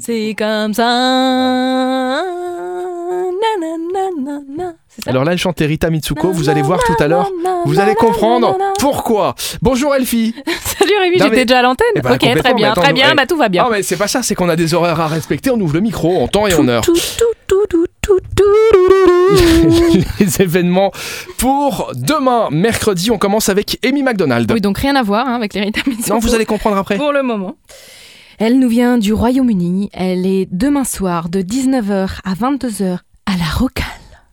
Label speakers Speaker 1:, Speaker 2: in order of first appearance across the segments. Speaker 1: C'est comme ça. Na, na, na, na, na. C'est ça
Speaker 2: Alors là, elle chantait Rita Mitsuko,
Speaker 1: Na,
Speaker 2: vous allez
Speaker 1: na,
Speaker 2: voir
Speaker 1: na,
Speaker 2: tout à l'heure.
Speaker 1: na, na,
Speaker 2: Vous
Speaker 1: na,
Speaker 2: allez
Speaker 1: na,
Speaker 2: comprendre
Speaker 1: na, na.
Speaker 2: pourquoi. Bonjour Elfie
Speaker 1: Salut Rémi,
Speaker 2: Non,
Speaker 1: j'étais
Speaker 2: mais-
Speaker 1: déjà à l'antenne.
Speaker 2: Eh ben,
Speaker 1: ok, très
Speaker 2: complètement, mais
Speaker 1: bien,
Speaker 2: attends,
Speaker 1: très
Speaker 2: nous-
Speaker 1: bien,
Speaker 2: eh,
Speaker 1: bah tout va bien.
Speaker 2: Non mais c'est pas ça, c'est qu'on a des horaires à respecter, on ouvre le micro en temps et en heure.
Speaker 1: Tout, tout, tout, tout, tout, tout, tout.
Speaker 2: Les événements pour demain, mercredi, on commence avec Amy McDonald.
Speaker 1: Oui, donc rien à voir hein, avec les Rita Mitsuko.
Speaker 2: non, vous allez comprendre après.
Speaker 1: Pour le moment. Elle nous vient du Royaume-Uni. Elle est demain soir de 19h à 22h à la Rocale.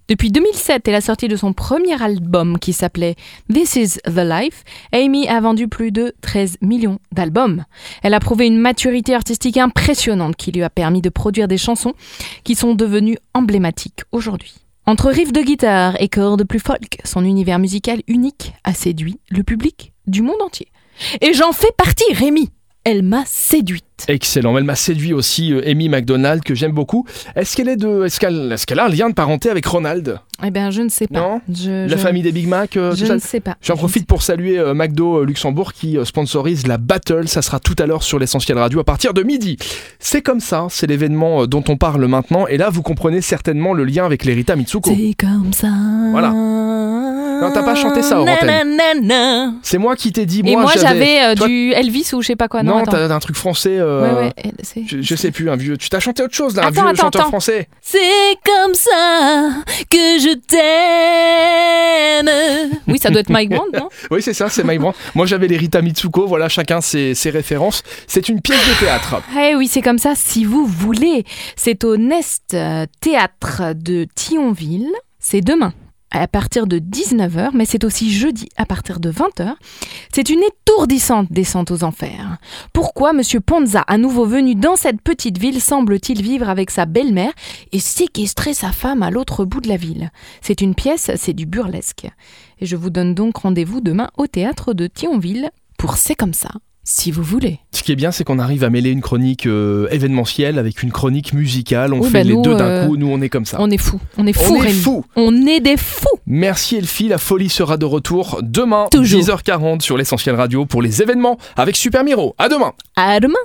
Speaker 1: Depuis 2007 et la sortie de son premier album qui s'appelait This Is The Life, Amy a vendu plus de 13 millions d'albums. Elle a prouvé une maturité artistique impressionnante qui lui a permis de produire des chansons qui sont devenues emblématiques aujourd'hui. Entre riffs de guitare et cordes plus folk, son univers musical unique a séduit le public du monde entier. Et j'en fais partie, Rémi. Elle m'a séduite.
Speaker 2: Excellent, elle m'a séduit aussi, euh, Amy McDonald, que j'aime beaucoup. Est-ce qu'elle est de, est-ce qu'elle, est-ce qu'elle a un lien de parenté avec Ronald
Speaker 1: Eh bien, je ne sais pas.
Speaker 2: Non
Speaker 1: Je,
Speaker 2: La
Speaker 1: je-
Speaker 2: famille des Big Mac euh,
Speaker 1: Je
Speaker 2: tout ça
Speaker 1: ne sais pas.
Speaker 2: J'en profite pour saluer euh, McDo euh, Luxembourg qui euh, sponsorise la Battle. Ça sera tout à l'heure sur l'essentiel radio à partir de midi. C'est comme ça, c'est l'événement euh, dont on parle maintenant. Et là, vous comprenez certainement le lien avec les Rita Mitsuko.
Speaker 1: C'est comme ça.
Speaker 2: Voilà.
Speaker 1: Non,
Speaker 2: t'as pas chanté ça, hors antenne. C'est moi qui t'ai dit.
Speaker 1: Et moi, j'avais euh,
Speaker 2: toi-
Speaker 1: du Elvis ou je sais pas quoi. Non,
Speaker 2: non,
Speaker 1: attends.
Speaker 2: t'as un truc français. euh,
Speaker 1: Ouais, ouais, elle- c'est-
Speaker 2: Je, je sais plus, un vieux. Tu t'as chanté autre chose là, un
Speaker 1: Attends,
Speaker 2: vieux
Speaker 1: attends,
Speaker 2: chanteur
Speaker 1: attends.
Speaker 2: français.
Speaker 1: C'est comme ça que je t'aime. Oui, ça doit être Mike Brand, non
Speaker 2: Oui, c'est ça, c'est Mike Brand. Moi, j'avais les Rita Mitsuko. Voilà, chacun ses, ses références. C'est une pièce de théâtre.
Speaker 1: Eh oui, c'est comme ça, si vous voulez. C'est au Nest euh, Théâtre de Thionville. C'est demain à partir de 19h, mais c'est aussi jeudi à partir de 20h. C'est une étourdissante descente aux enfers. Pourquoi Monsieur Ponza, à nouveau venu dans cette petite ville, semble-t-il vivre avec sa belle-mère et séquestrer sa femme à l'autre bout de la ville C'est une pièce, c'est du burlesque. Et je vous donne donc rendez-vous demain au théâtre de Thionville pour C'est comme ça, si vous voulez.
Speaker 2: Ce qui est bien, c'est qu'on arrive à mêler une chronique euh, événementielle avec une chronique musicale. On
Speaker 1: Oui,
Speaker 2: fait
Speaker 1: bah,
Speaker 2: les
Speaker 1: nous,
Speaker 2: deux d'un
Speaker 1: euh,
Speaker 2: coup. Nous, on est comme ça.
Speaker 1: On est fou, on est
Speaker 2: On
Speaker 1: fou,
Speaker 2: est
Speaker 1: Rémi.
Speaker 2: fous.
Speaker 1: On est des fous.
Speaker 2: Merci Elfie, la folie sera de retour demain,
Speaker 1: Toujours.
Speaker 2: 10h40 sur l'essentiel radio pour les événements avec Super Miro. À demain.
Speaker 1: À demain.